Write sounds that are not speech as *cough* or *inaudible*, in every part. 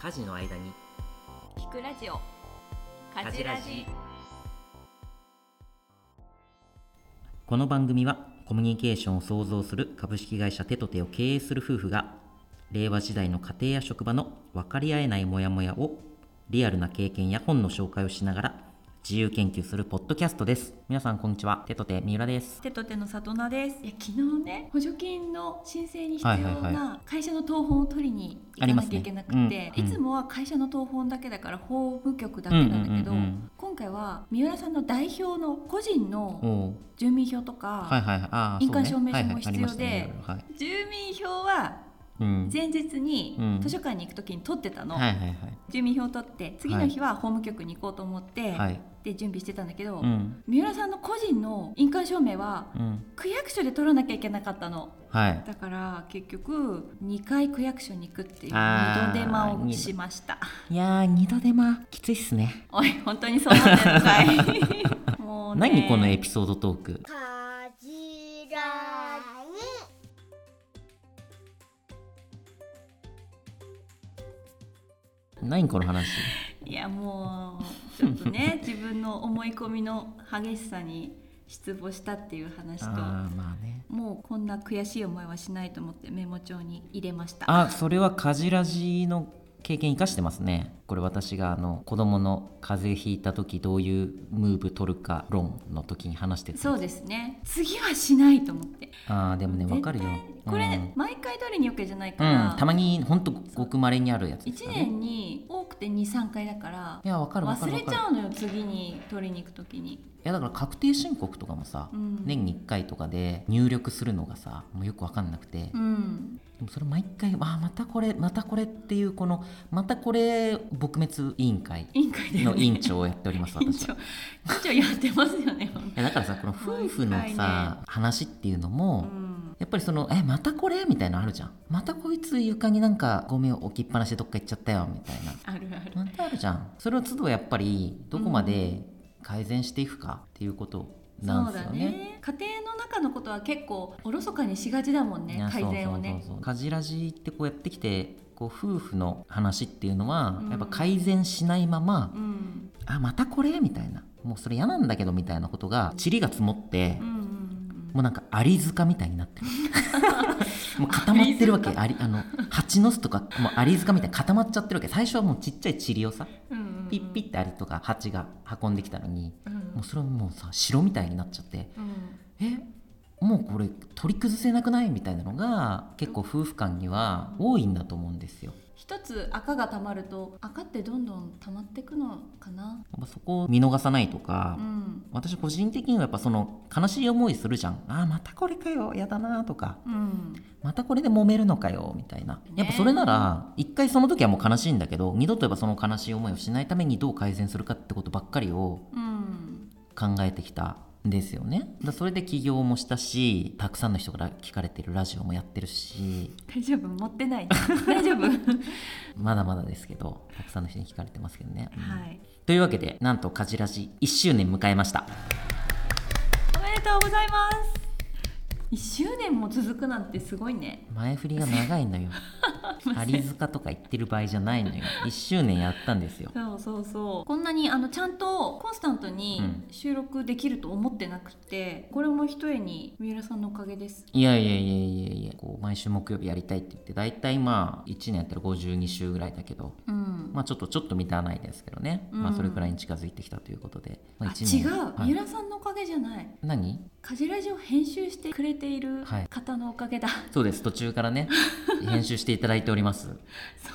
家事の間に聞くラジオ家家事事ララジジこの番組はコミュニケーションを創造する株式会社テトテを経営する夫婦が令和時代の家庭や職場の分かり合えないモヤモヤをリアルな経験や本の紹介をしながら自由研究するポッドキャストです皆さんこんにちはテトテ三浦です手と手の里奈ですいや昨日ね補助金の申請に必要はいはいな会社の当本を取りに行ありかまなすきねゃいけなくて、うんうんいつもは会社の当本だけだから法務局だけなんだけど、うんうんうんうん今回は三浦さんの代表の個人のお住民票とおはいか、はいはいあー印鑑そうね証明書もはいはいあ必要でりましたね住民票ははいうん前日にうん図書館に行く時に取ってたの、はいはいはい住民票を取って次の日は法務局に行こうと思って、はいで準備してたんだけど、うん三浦さんの個人の印鑑証明はうん区役所で取らなきゃいけなかったのはいだから結局2回区役所に行くっていうあ二ー度手間をしましたいやー二度手間きついっすねおい本当にそうなんだよか *laughs* いもうね何このエピソードトークかじらに何この話いやもうちょっとね *laughs* 自分の思い込みの激しさに失望したっていう話とあーまあねもうこんな悔しい思いはしないと思ってメモ帳に入れましたあそれはカジラジの経験生かしてますねこれ私があの子供の風邪ひいた時どういうムーブ取るか論の時に話してたそうですね次はしないと思ってあーでもねわかるよ絶対これ、うん毎回取りに行くわけじゃないかうんら、、たまにほんとごくまれにあるやつです1からね年に多くて23回だからいやわかるわか忘るわれかちるいゃうのよ次に取りに行く時にやだから確定申告とかもさ、うん年に1回とかで入力するのがさもうよくわかんなくて、でうんもそれ毎回あーまたこれまたこれっていうこのまたこれ撲滅委員会委員会で、ね、の委員長をやっております *laughs* 委員私は長委員長やってますよね、いやだからさこの夫婦の毎回さ、話っていうのも、うん、やっぱりその「えまたこれ?」みたいなのあるじゃんまたこいつ床になんかゴミを置きっぱなしでどっか行っちゃったよみたいなあるあるまたあるじゃんそれを都度やっぱりどこまで改善していくかっていうことなんそでうすだよね。ね家庭の中のことは結構おろそかにしがちだもんいねや改善をそうそねうそうそうカジラジってこうやってきてこう夫婦の話っていうのは、うんやっぱ改善しないままうん「あまたこれ?」みたいなもうそれ嫌なんだけどみたいなことが塵が積もってうんう、んもうなんかアリ塚みたいにな *laughs* ってるもう固まってるわけアリアリあの蜂の巣とかもうアリ塚みたいに固まっちゃってるわけ最初はもうちっちゃい塵をさうんうんうんピッピってアリとか蜂が運んできたのにうんもうそれももうさ城みたいになっちゃってうんえもうこれ取り崩せなくないみたいなのが結構夫婦間には多いんだと思うんですよ。一つ赤がたまると赤ってどんどんたまってくのかなやっぱそこを見逃さないとか、うん私個人的にはやっぱその悲しい思いするじゃんあーまたこれかよやだなとかうんまたこれで揉めるのかよみたいなやっぱそれなら一回その時はもう悲しいんだけど二度とやっぱその悲しい思いをしないためにどう改善するかってことばっかりをうん考えてきたんですよねだそれで起業もしたしたくさんの人から聞かれてるラジオもやってるし大丈夫持ってない大丈夫まだまだですけどたくさんの人に聞かれてますけどね、うんはいというわけでなんと「かじらじ」1周年迎えましたおめでとうございます1周年も続くなんてすごいね前振りが長いの *laughs* よアリ塚とか行ってる場合じゃないのよ1周年やったんですよそうそうそうこんなにあのちゃんとコンスタントにうん収録できると思ってなくて、これも一重に三浦さんのおかげですいやいやいやいやいやこう毎週木曜日やりたいって言って大体まあ1年やったら52週ぐらいだけどうん、まあちょっとちょっと満たらないですけどね、まあうんそれくらいに近づいてきたということで、まあ一違年う、は三い、浦さんのおかげじゃない何カジラジオ編集してくれているはい方のおかげだ、そうです途中からね編集していただいております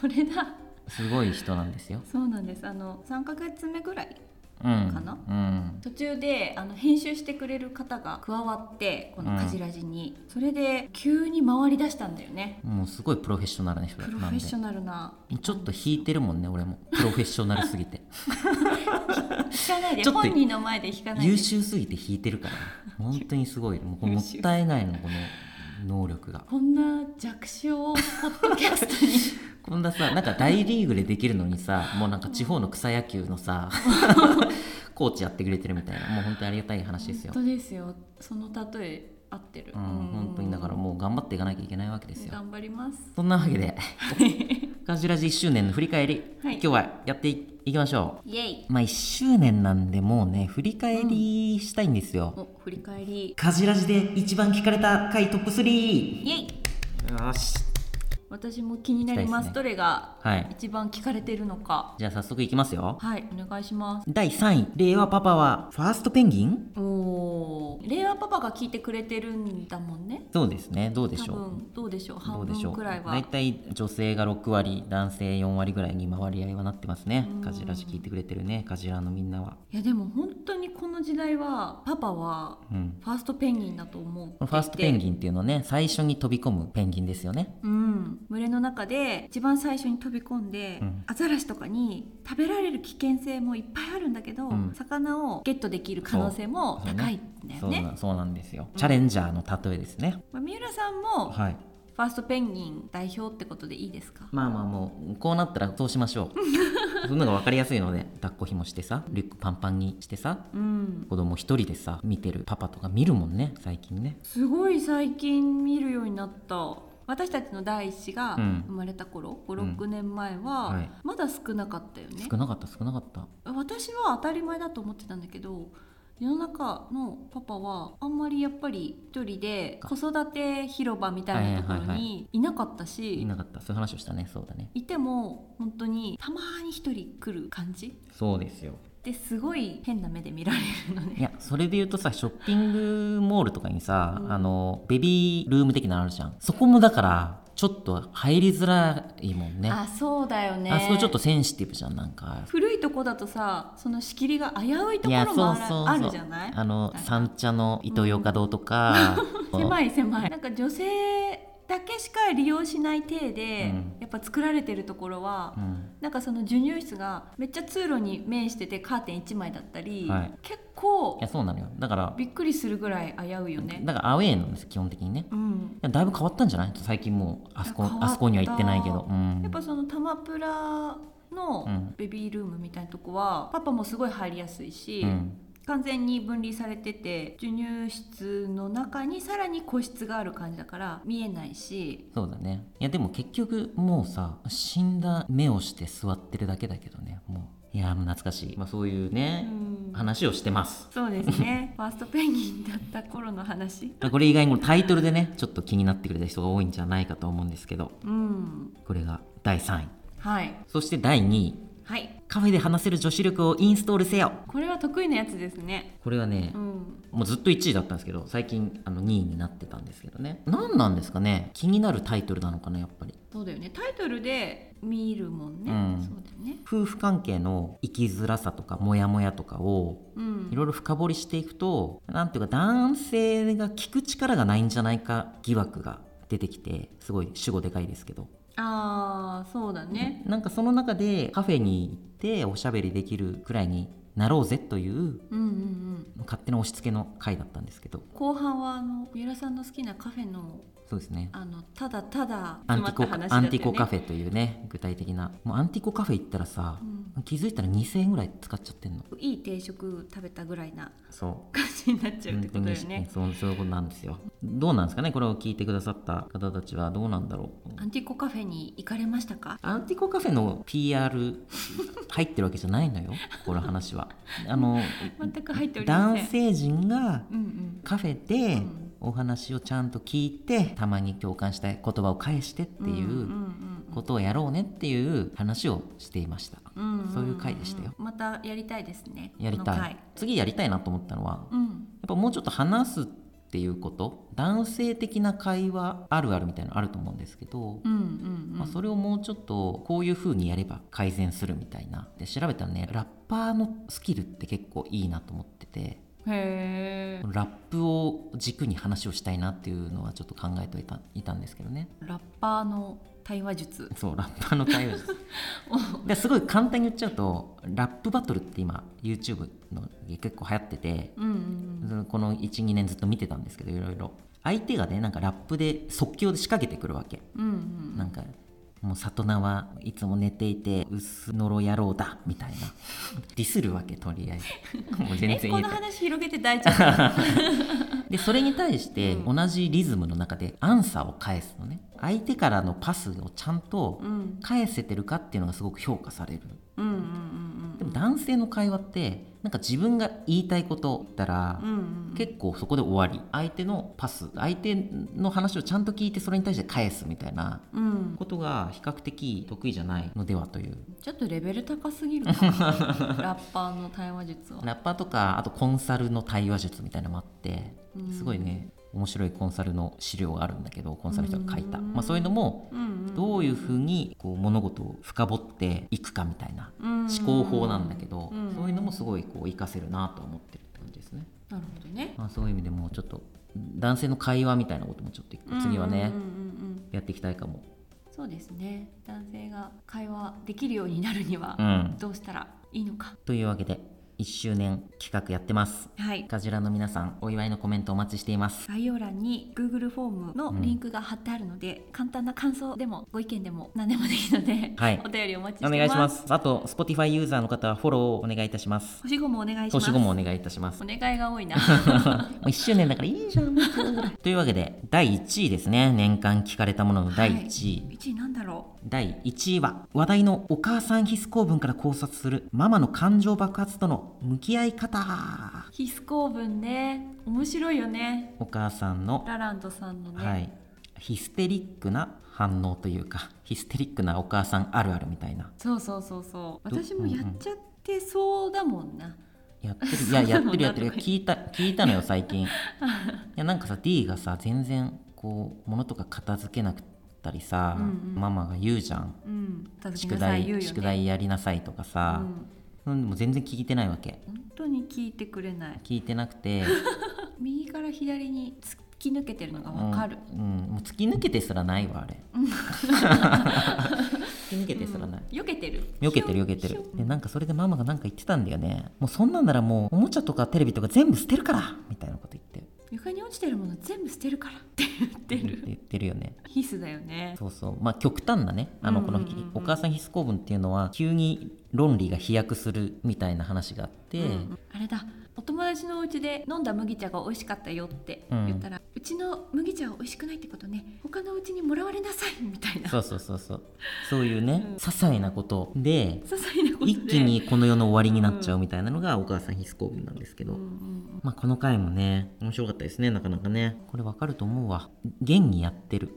それだすごい人なんですよそうなんですあの3ヶ月目ぐらいうんかなうん途中であの編集してくれる方が加わってこの「カジラジに」それで急に回り出したんだよねもうすごいプロフェッショナルな人プロなフェんッでショナルなちょっと引いてるもんね俺もプロフェッショナルすぎて弾かないでちょっと本人の前で弾かないで優秀すぎて引いてるから、ね、本当にすごいもうこれもったいないのこの能力がこんな弱小をポッドキャ *laughs* ストにこんなさなんか大リーグでできるのにさもうなんか地方の草野球の *laughs* さコーチやってくれてるみたいなもう本当にありがたい話ですよ本当ですよその例え合ってる、うん、本当にだからもう頑張っていかなきゃいけないわけですよ頑張りますそんなわけでカジュラジ1周年の振り返り、はい今日はやっていいきましょイエイうまあ1周年なんでもうね振り返りしたいんですよ、お振り返りカジュラジで一番聞かれた回トップ3イエイよし私も気になります行きたいですねどれがはい一番聞かれてるのかじゃあ早速いきますよはいお願いします第3位令和パパはファーストペンギンおー令和パパが聞いてくれてるんだもんねそうですねどうで多しょう分どうでしょうど半うでしょ分うくらいは大体女性が6割男性4割ぐらいに回り合いはなってますねうんカジュラジ聞いてくれてるねカジュラのみんなはいやでも本当にこの時代はパパはうんファーストペンギンだと思うこのファーストペンンギンっていうのはね最初に飛び込むペンギンですよねうん、群れの中で一番最初に飛び込んで、うんアザラシとかに食べられる危険性もいっぱいあるんだけど、うん魚をゲットできる可能性も高いんだよそうねなそうなんですよチャレンジャーの例えですねまあ、三浦さんもフはいァーストペンギン代表ってことでいいですか、まあまあもうこうなったらそうしましょ *laughs* うそんなのが分かりやすいので抱っこひもしてさリュックパンパンにしてさうん、子供一人でさ見てるパパとか見るもんね最近ねすごい最近見るようになった私たちの第一子がうん生まれた頃、五うん56年前ははいまだ少なかったよね、少なかった少なかった私は当たり前だと思ってたんだけど世の中のパパはあんまりやっぱり一人で子育て広場みたいなとこはいはろいはにいなかったし、いいなかったそういう話をしたねそうだねても本当にたまに一人来る感じそうですよですごい変な目で見られるのねいやそれで言うとさショッピングモールとかにさ、うんあのベビールーム的なのあるじゃんそこもだからちょっと入りづらいもんねあそうだよねあそこちょっとセンシティブじゃんなんか古いとこだとさその仕切りが危ういといこやろもあそうらそうそうあるじゃないあのなんか三茶のイヨカ堂とか、狭い狭いなんか女性だけしか利用しない体で、うんやっぱ作られてるところは、うんなんかその授乳室がめっちゃ通路に面しててカーテン1枚だったり、はい結い構やそうなのよだからびっくりするぐらい危ういよね。だからアウェーなんです基本的にねうん、だいぶ変わったんじゃない最近もうあそこいや変わったあそこには行ってないけど、うん、やっぱそのタマプラうのんベビールームみたいなとこはパパもすごい入りやすいし、うん完全に分離されてて授乳室の中にさらに個室がある感じだから見えないしそうだねいやでも結局もうさ死んだ目をして座ってるだけだけどねもういやーもう懐かしい、まあ、そういうね、うん話をしてますそうで *laughs* すねファーストペンギンだった頃の話これ以外にもタイトルでねちょっと気になってくれた人が多いんじゃないかと思うんですけどうんこれが第3位はいそして第2位はいカフェで話せる女子力をインストールせよこれは得意なやつですねこれはね、うんもうずっと1位だったんですけど最近あの2位になってたんですけどね何なんですかね気になるタイトルなのかなやっぱりそうだよねタイトルで見るもんね、うんそうだよね夫婦関係の生きづらさとかモヤモヤとかをうんいろいろ深掘りしていくとなんていうか男性が聞く力がないんじゃないか疑惑が出てきてすごい主語でかいですけど、ああそうだねなんかその中でカフェに行っておしゃべりできるくらいになろうぜといううんうんうん勝手な押し付けの回だったんですけど後半はあの三浦さんの好きなカフェのそうですねあのただただアンティ詰まっコた話だっアたよねンティコカフェというね具体的なもうアンティコカフェ行ったらさ、気づいたら2000円ぐらい使っちゃってんのうんいい定食食べたぐらいなそう感じになっちゃうってことだよね本当にそうそういうことなんですよどうなんですかねこれを聞いてくださった方たちはどうなんだろうアンティコカフェに行かれましたかアンティコカフェの PR 入ってるわけじゃないのよ *laughs* この話はあの全く入っておりま男せん性陣がうんうんカフェでんお話をちゃんと聞いてたまに共感したい言葉を返してっていんんううことをやろうねっていう話をしていましたうんうんんんそういう回でしたよまたやりたいですねやりこたのい回次やりたいなと思ったのはうんやっぱもうちょっと話すっていうこと男性的な会話あるあるみたいなのあると思うんですけど、うんうんうんまあ、それをもうちょっとこういう風にやれば改善するみたいなで調べたらねラッパーのスキルって結構いいなと思っててへえラップを軸に話をしたいなっていうのはちょっと考えていたいたんですけどねラッパーの対話術そうラッパーの対応です *laughs* ですごい簡単に言っちゃうとラップバトルって今 YouTube ので結構流行っててうんうんそのこの12年ずっと見てたんですけどいろいろ相手がねなんかラップで即興で仕掛けてくるわけうんうんうんなんかもう里菜はいつも寝ていて薄のろ野郎だみたいなディスるわけとりあえずもう全然 *laughs* えこ言えのた話広げて大丈夫 *laughs* でそれに対してう同じリズムの中でアンサーを返すのね相手からのパスをちゃんとうん返せてるかっていうのがすごく評価されるうんうんうんでも男性の会話ってなんか自分が言いたいことを言ったらうんうんうん結構そこで終わり相手のパス相手の話をちゃんと聞いてそれに対して返すみたいな *laughs* うんことが比較的得意じゃないのではというちょっとレベル高す *laughs* ぎるかなラッパーの対話術はラッパーとかあとコンサルの対話術みたいなのもあってうんすごいね面白いコンサルの資料があるんだけどコンサルの人が書いた、うんまあ、そういうのもうんうんどういうふうにこう物事を深掘っていくかみたいな思思考法なんだけどうんそういうのもすごいこう活かせるなとは思ってるって感じですね。なるほどねまあ、そういう意味でもうちょっと男性の会話みたいなこともちょっと一個次はね、うんうんうんうんやっていきたいかも。そうですね男性が会話できるようになるにはうん、どうしたらいいのか、というわけで1周年企画やってます。はいカジュラの皆さんお祝いのコメントお待ちしています。概要欄に Google フォームのリンクが貼ってあるので、簡単な感想でもご意見でも何でもでいいので、はいお便りお待ちしておます願いします。あと Spotify ユーザーの方はフォローをお願いいたします。星5もお願いします投資後もお願いいたし *laughs* ます。おも願いが多いなう1周年だからいいじゃん。もうちょっとぐらいというわけで第1位ですね年間聞かれたものの第1位。 1位なんだろ第1位は話題のお母さん必須公文から考察するママの感情爆発との向き合い方う必須公文ね面白いよねお母さんの、ラランドさんのね、はい、ヒステリックな反応というかヒステリックなお母さんあるあるみたいなそうそうそうそうど私もやっちゃってそうだもんな、やってるい *laughs* そやうなやっのてるやってるなんか聞いた聞いたのよ最 *laughs* 近いやなんかさ D がさ全然こう物とか片付けなくったりさ、うんうんママが言うじゃんうん、片付け宿なさい題、言うよね宿題やりなさいとかうさ、ん、うん、でも全然聞いてないわけ本当に聞いてくれない聞いてなくて右から左に突き抜けてるのが *laughs* わかる、うん、うんもう突き抜けてすらないわあ *laughs* れ *laughs* 突き抜けてすらない、避けてる避けてる避けてひょるひょでなんかそれでママがなんか言ってたんだよねもうそんなんならもうおもちゃとかテレビとか全部捨てるからみたいなこと言って床に落ちてるもの全部捨てるからって言ってる言ってるよね必須だよねそうそうまあ極端なねあのうんうこんうのんうんお母さん必須公文っていうのは急に論理が飛躍するみたいな話があって、うんあれだお友達のお家で飲んだ麦茶が美味しかったよって言ったら、うちの麦茶は美味しくないってことね他のお家にもらわれなさいみたいなそうそうそうそうそういうね、些細なことで *laughs* 些細なことで一気にこの世の終わりになっちゃうみたいなのがお母さん必須公文なんですけど、うんうんまあ、この回もね面白かったですねなかなかねこれわかると思うわ現にやって *laughs* る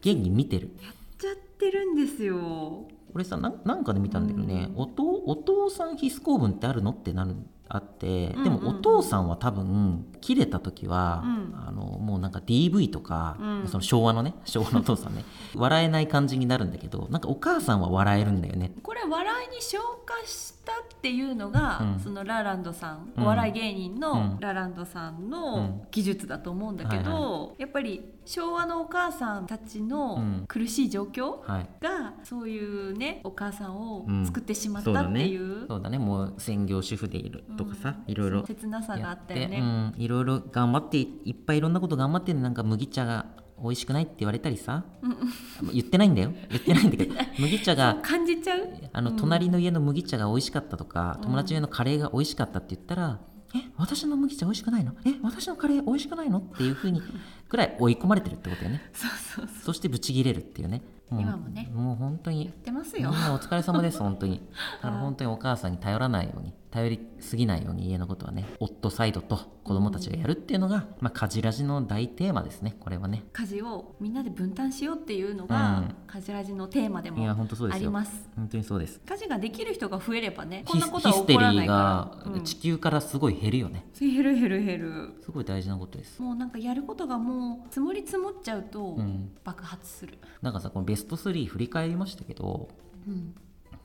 現に見てるやっちゃってるんですよ俺さなんなんかで見たんだけどね、うんおとお父さん必須公文ってあるのってなるあってでうんうんもうおん父さんは多分切れた時は、うんあのもうなんか DV とか、うんその昭和 *laughs* のね昭和のお父さんね笑えない感じになるんだけどなんかお母さんは笑えるんだよねこれ笑いに消化したっていうのが、うんそのラランドさん、うんお笑い芸人のうんラランドさんうのん技術だと思うんだけど、はいやっぱり昭和のお母さんたちうのん苦しい状況はいがそういうねお母さんをうん作ってしまっそうただっねていう,、そうだねもう専業主婦でいるとかさ、いろいろ切なさがあやっったよて、うね。ん、いろいろ頑張っていっぱいいろんなこと頑張ってなんか麦茶が美味しくないって言われたりさうんうん言ってないんだよ言ってないんだけ *laughs* ど麦茶が感じちゃうあのうん隣の家の麦茶が美味しかったとか、友達の家のカレーが美味しかったって言ったら「え私の麦茶美味しくないのえ私のカレー美味しくないの?」っていうふうにくらい追い込まれてるってことよねそうそうそうそしてブチギレるっていうねもう今もねもう本当にやってますみんよ。なお疲れ様 *laughs* です本当にだかはらい本当にお母さんに頼らないように頼りすぎないように家のことはね夫サイドと子供たちがやるっていうのが、まあ家事ラジの大テーマですねこれはね家事をみんなで分担しようっていうのが、うん家事ラジのテーマでいやも本当そうであすりよます。本当にそうです家事ができる人が増えればねこんヒなスことヒスは起テこリらなーいかがら、うん、地球からすごい減るよね、減る減る減るすごい大事なことですもうなんかやることがもう積もり積もっちゃうとうん爆発する、なんかさこのベスト3振り返りましたけどうん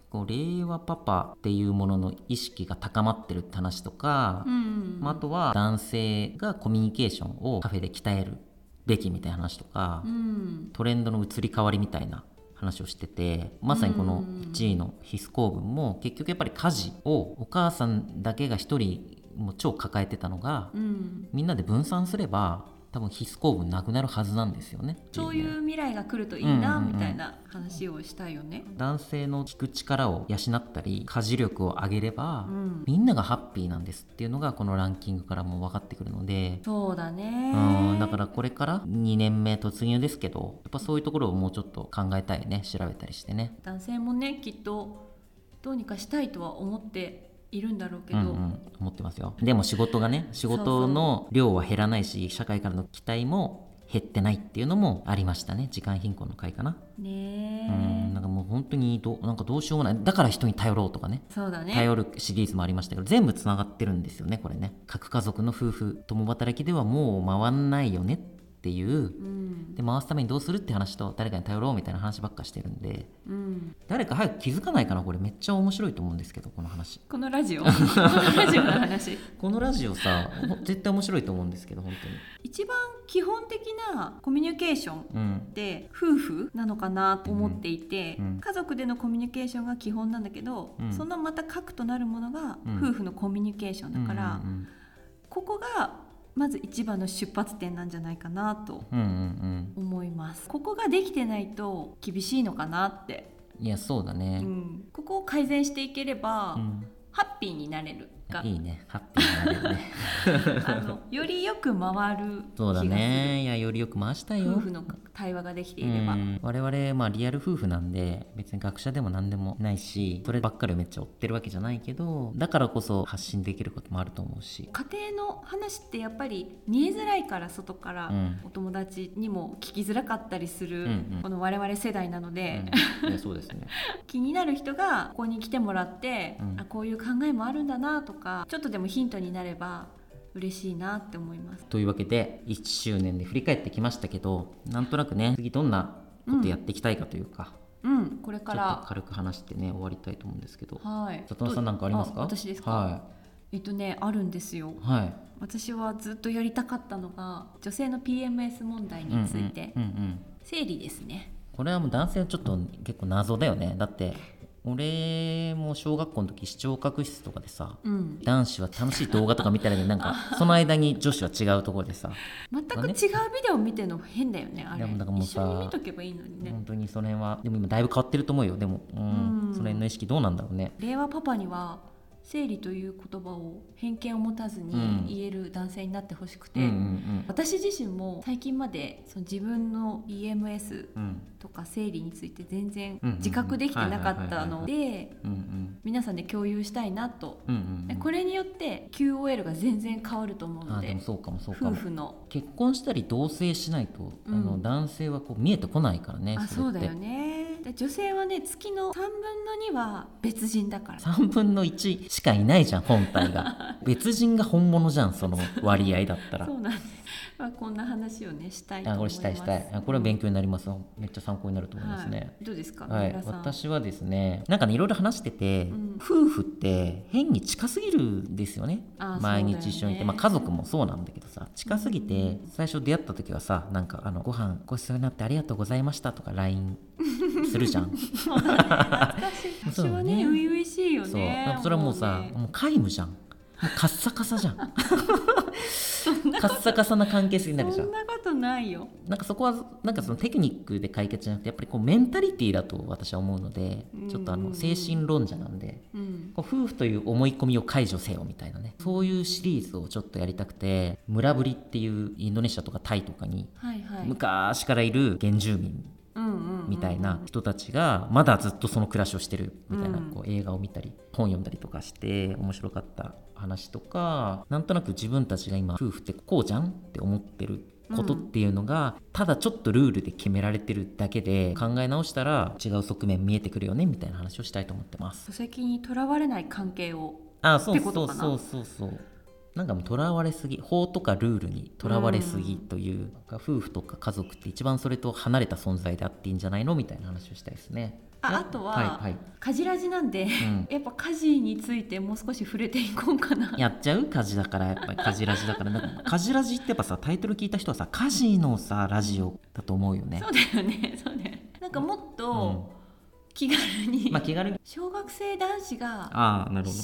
こう令和パパっていうものの意識が高まってるって話とか、うんまあ、あとは男性がコミュニケーションをカフェで鍛えるべきみたいな話とか、うんトレンドの移り変わりみたいな話をしててまさにこの1位の必須公文も結局やっぱり家事をお母さんだけが1人もう超抱えてたのがうんみんなで分散すれば多分必須公文なくなるはずなんですよねそういう未来が来るといいなみたいな話をしたいよね。男性の聞く力を養ったり家事力を上げれば、うんみんながハッピーなんですっていうのがこのランキングからも分かってくるので、そうだねうんだからこれから2年目突入ですけどやっぱそういうところをもうちょっと考えたいね調べたりしてね。男性もねきっとどうにかしたいとは思っているんだろうけうど、んうん、思ってますよでも仕事がね仕事の量は減らないし社会からの期待も減ってないっていうのもありましたね時間貧困の回かな、うねんえなんかもう本当にどうなんかどうしようもないだから人に頼ろうとかねそうだね頼るシリーズもありましたけど全部つながってるんですよねこれね核家族の夫婦共働きではもう回んないよねっていううんで回すためにどうするって話と誰かに頼ろうみたいな話ばっかしてるんでうん、誰か早く気づかないかなこれめっちゃ面白いと思うんですけどこの話このラジオ *laughs* このラジオの話このラジオさほ絶対面白いと思うん *laughs* ですけど本一番基本的なコミュニケーションっ当にうんて夫婦なのかなと思っていて、うんうん家族でのコミュニケーションが基本なんだけど、うんそのまた核となるものがうん夫婦のコミュニケーションだから、うんここがまず一番の出発点なんじゃないかなとうんうんうん思いますここができてないと厳しいのかなって、うんいやそうだうね、ん、ここを改善していければ、うんハッピーになれるがいいねハッピーになるよ *laughs* ねあのよりよく回る気がするそうだねいやよりよく回したいよ夫婦の対話ができていれば、うん我々、まあ、リアル夫婦なんで別に学者でも何でもないしそればっかりめっちゃ追ってるわけじゃないけどだからこそ発信できることもあると思うし家庭の話ってやっぱり見えづらいから外から、うんお友達にも聞きづらかったりすうる、んうんこの我々世代なので、うんいやそうですね気になる人がここに来てもらって、うんあこういう考えもあるんだなとかちょっとでもヒントになれば嬉しいなって思います。というわけで1周年で振り返ってきましたけどなんとなくね次どんなことやっていきたいかというか、うん、これかちょっとら軽く話してね終わりたいと思うんですけどはい。里野さんなんかありますかあ私ですか。はえっとねあるんですよ。い、はい、私はずっとやりたかったのが女性の PMS 問題うんうんについてうんうん生理ですね。これはもう男性はちょっと結構謎だよねだって俺も小学校の時視聴覚室とかでさうん。男子は楽しい動画とか見たらねなんか *laughs* その間に女子は違うところでさ全く違うビデオ見てるの変だよねあれ。でもなんかもう一さ緒に見とけばいいのにね。本当にその辺はでも今だいぶ変わってると思うよでもうんうんその辺の意識どうなんだろうね令和パパには生理という言葉を偏見を持たずうんに言える男性になってほしくうて、んうん私自身も最近までその自分の EMS うんうんとか生理について全う然んうんうん自覚できてなかったはのいでうんうん皆さんで共有したいなと、うんうんうんこれによって QOL が全然変わると思うあのーででもそうかもそうか夫も婦の結婚したり同棲しないと、あうのん男性はこう見えてこないからねあれそうってだよねで女性はね月の3分の2は別人だから3分の1しかいないじゃん本体 *laughs* が別人が本物じゃんその割合だったらそうなんです、まあ、こんな話をねしたいとあこ思れいますしたいしたいあこれは勉強になりますめっちゃ参考になると思いますね、はい、どうですか、はい三浦さん私はですねなんかねいろいろ話してて、うん夫婦って変に近すぎるんですよねあ毎日一緒にいて、まあ、家族ももそうなんだけどさ近すぎて最初出会った時はさなんかあの「ご飯ごちそうになってありがとうございました」とか LINE するじゃ *laughs* ん私はねそうね初々しいよねそうなんかそれはもうさねもう皆無じゃんもうカッサカサじゃんカッサカサな関係性になるじそゃんんなことないよなんかそこはなんかそのテクニックで解決じゃなくてやっぱりこうメンタリティだと私は思うのでうんちょっとあの精神論者なんでうんこう夫婦という思い込みを解除せよみたいなねそういうシリーズをちょっとやりたくて村ぶりっていうインドネシアとかタイとかにはいはい昔からいる原住民うんうんうんみたいな人たちがまだずっとその暮らしをしてるみたいなうんこう映画を見たり本読んだりとかして面白かった話とかなんとなく自分たちが今夫婦ってこうじゃんって思ってることっていうのがただちょっとルールで決められてるだけで考え直したら違う側面見えてくるよねみたいな話をしたいと思ってます。書籍にとらわれない関係をあそうってこそとうかなそうそうそうなんかもうとらわれすぎ法とかルールにとらわれすぎという、なんか夫婦とか家族って一番それと離れた存在であっていいんじゃないのみたいな話をしたいですねあなあとは、はいはい家事ラジなんで、ん *laughs* やっぱ家事についてもう少し触れていこうかなやっちゃう家事だからやっぱり家事ラジだからなんか家事ラジってやっぱさタイトル聞いた人はさ家事のさラジオだと思うよねそうだよねそうだよねなんかもっと気軽に、まあ気軽に小学生男子がああなるほど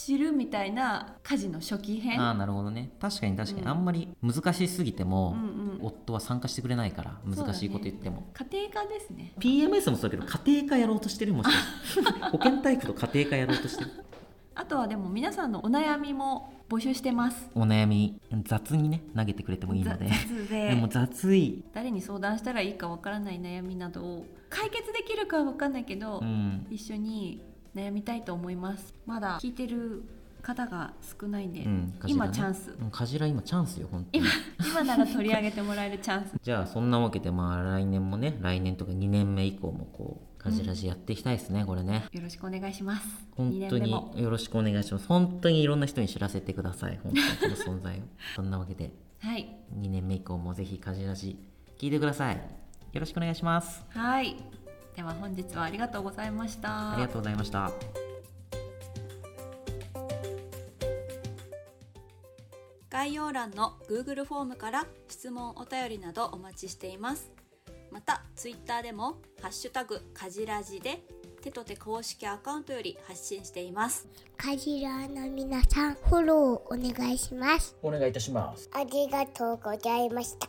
知るみたいな家事の初期編ああなるほどね確かに確かに、うんあんまり難しすぎても、うんうん夫は参加してくれないからそうだね難しいこと言っても、家庭科ですね PMS もそうだけど家庭科やろうとしてる *laughs* もしかして保健体育と家庭科やろうとしてるあとはでも皆さんのお悩みも募集してますお悩み雑にね投げてくれてもいいのでざ雑でもで雑い、誰に相談したらいいかわからない悩みなどを解決できるかはわかんないけど、うん、一緒に悩みたいと思いますまだ聞いてる方が少ないんで、うんカジラね今チャンスうんカジラ今チャンスよ本当に今今なら取り上げてもらえるチャンスじゃあそんなわけでまあ来年もね来年とか2年目以降もこうカジラジやっていきたいですね、これねよろしくお願いします本当二年目にもよろしくお願いします本当にいろんな人に知らせてください本当にこの存在を *laughs* そんなわけではい2年目以降もぜひカジラジ聞いてくださいよろしくお願いしますはいでは本日はありがとうございましたありがとうございました概要欄の Google フォームから質問お便りなどお待ちしていますまた Twitter でも「ハッシュタグかじらじ」で手と手公式アカウントより発信していますカジラの皆さん、フォローお願いします。お願いいたしますありがとうございました。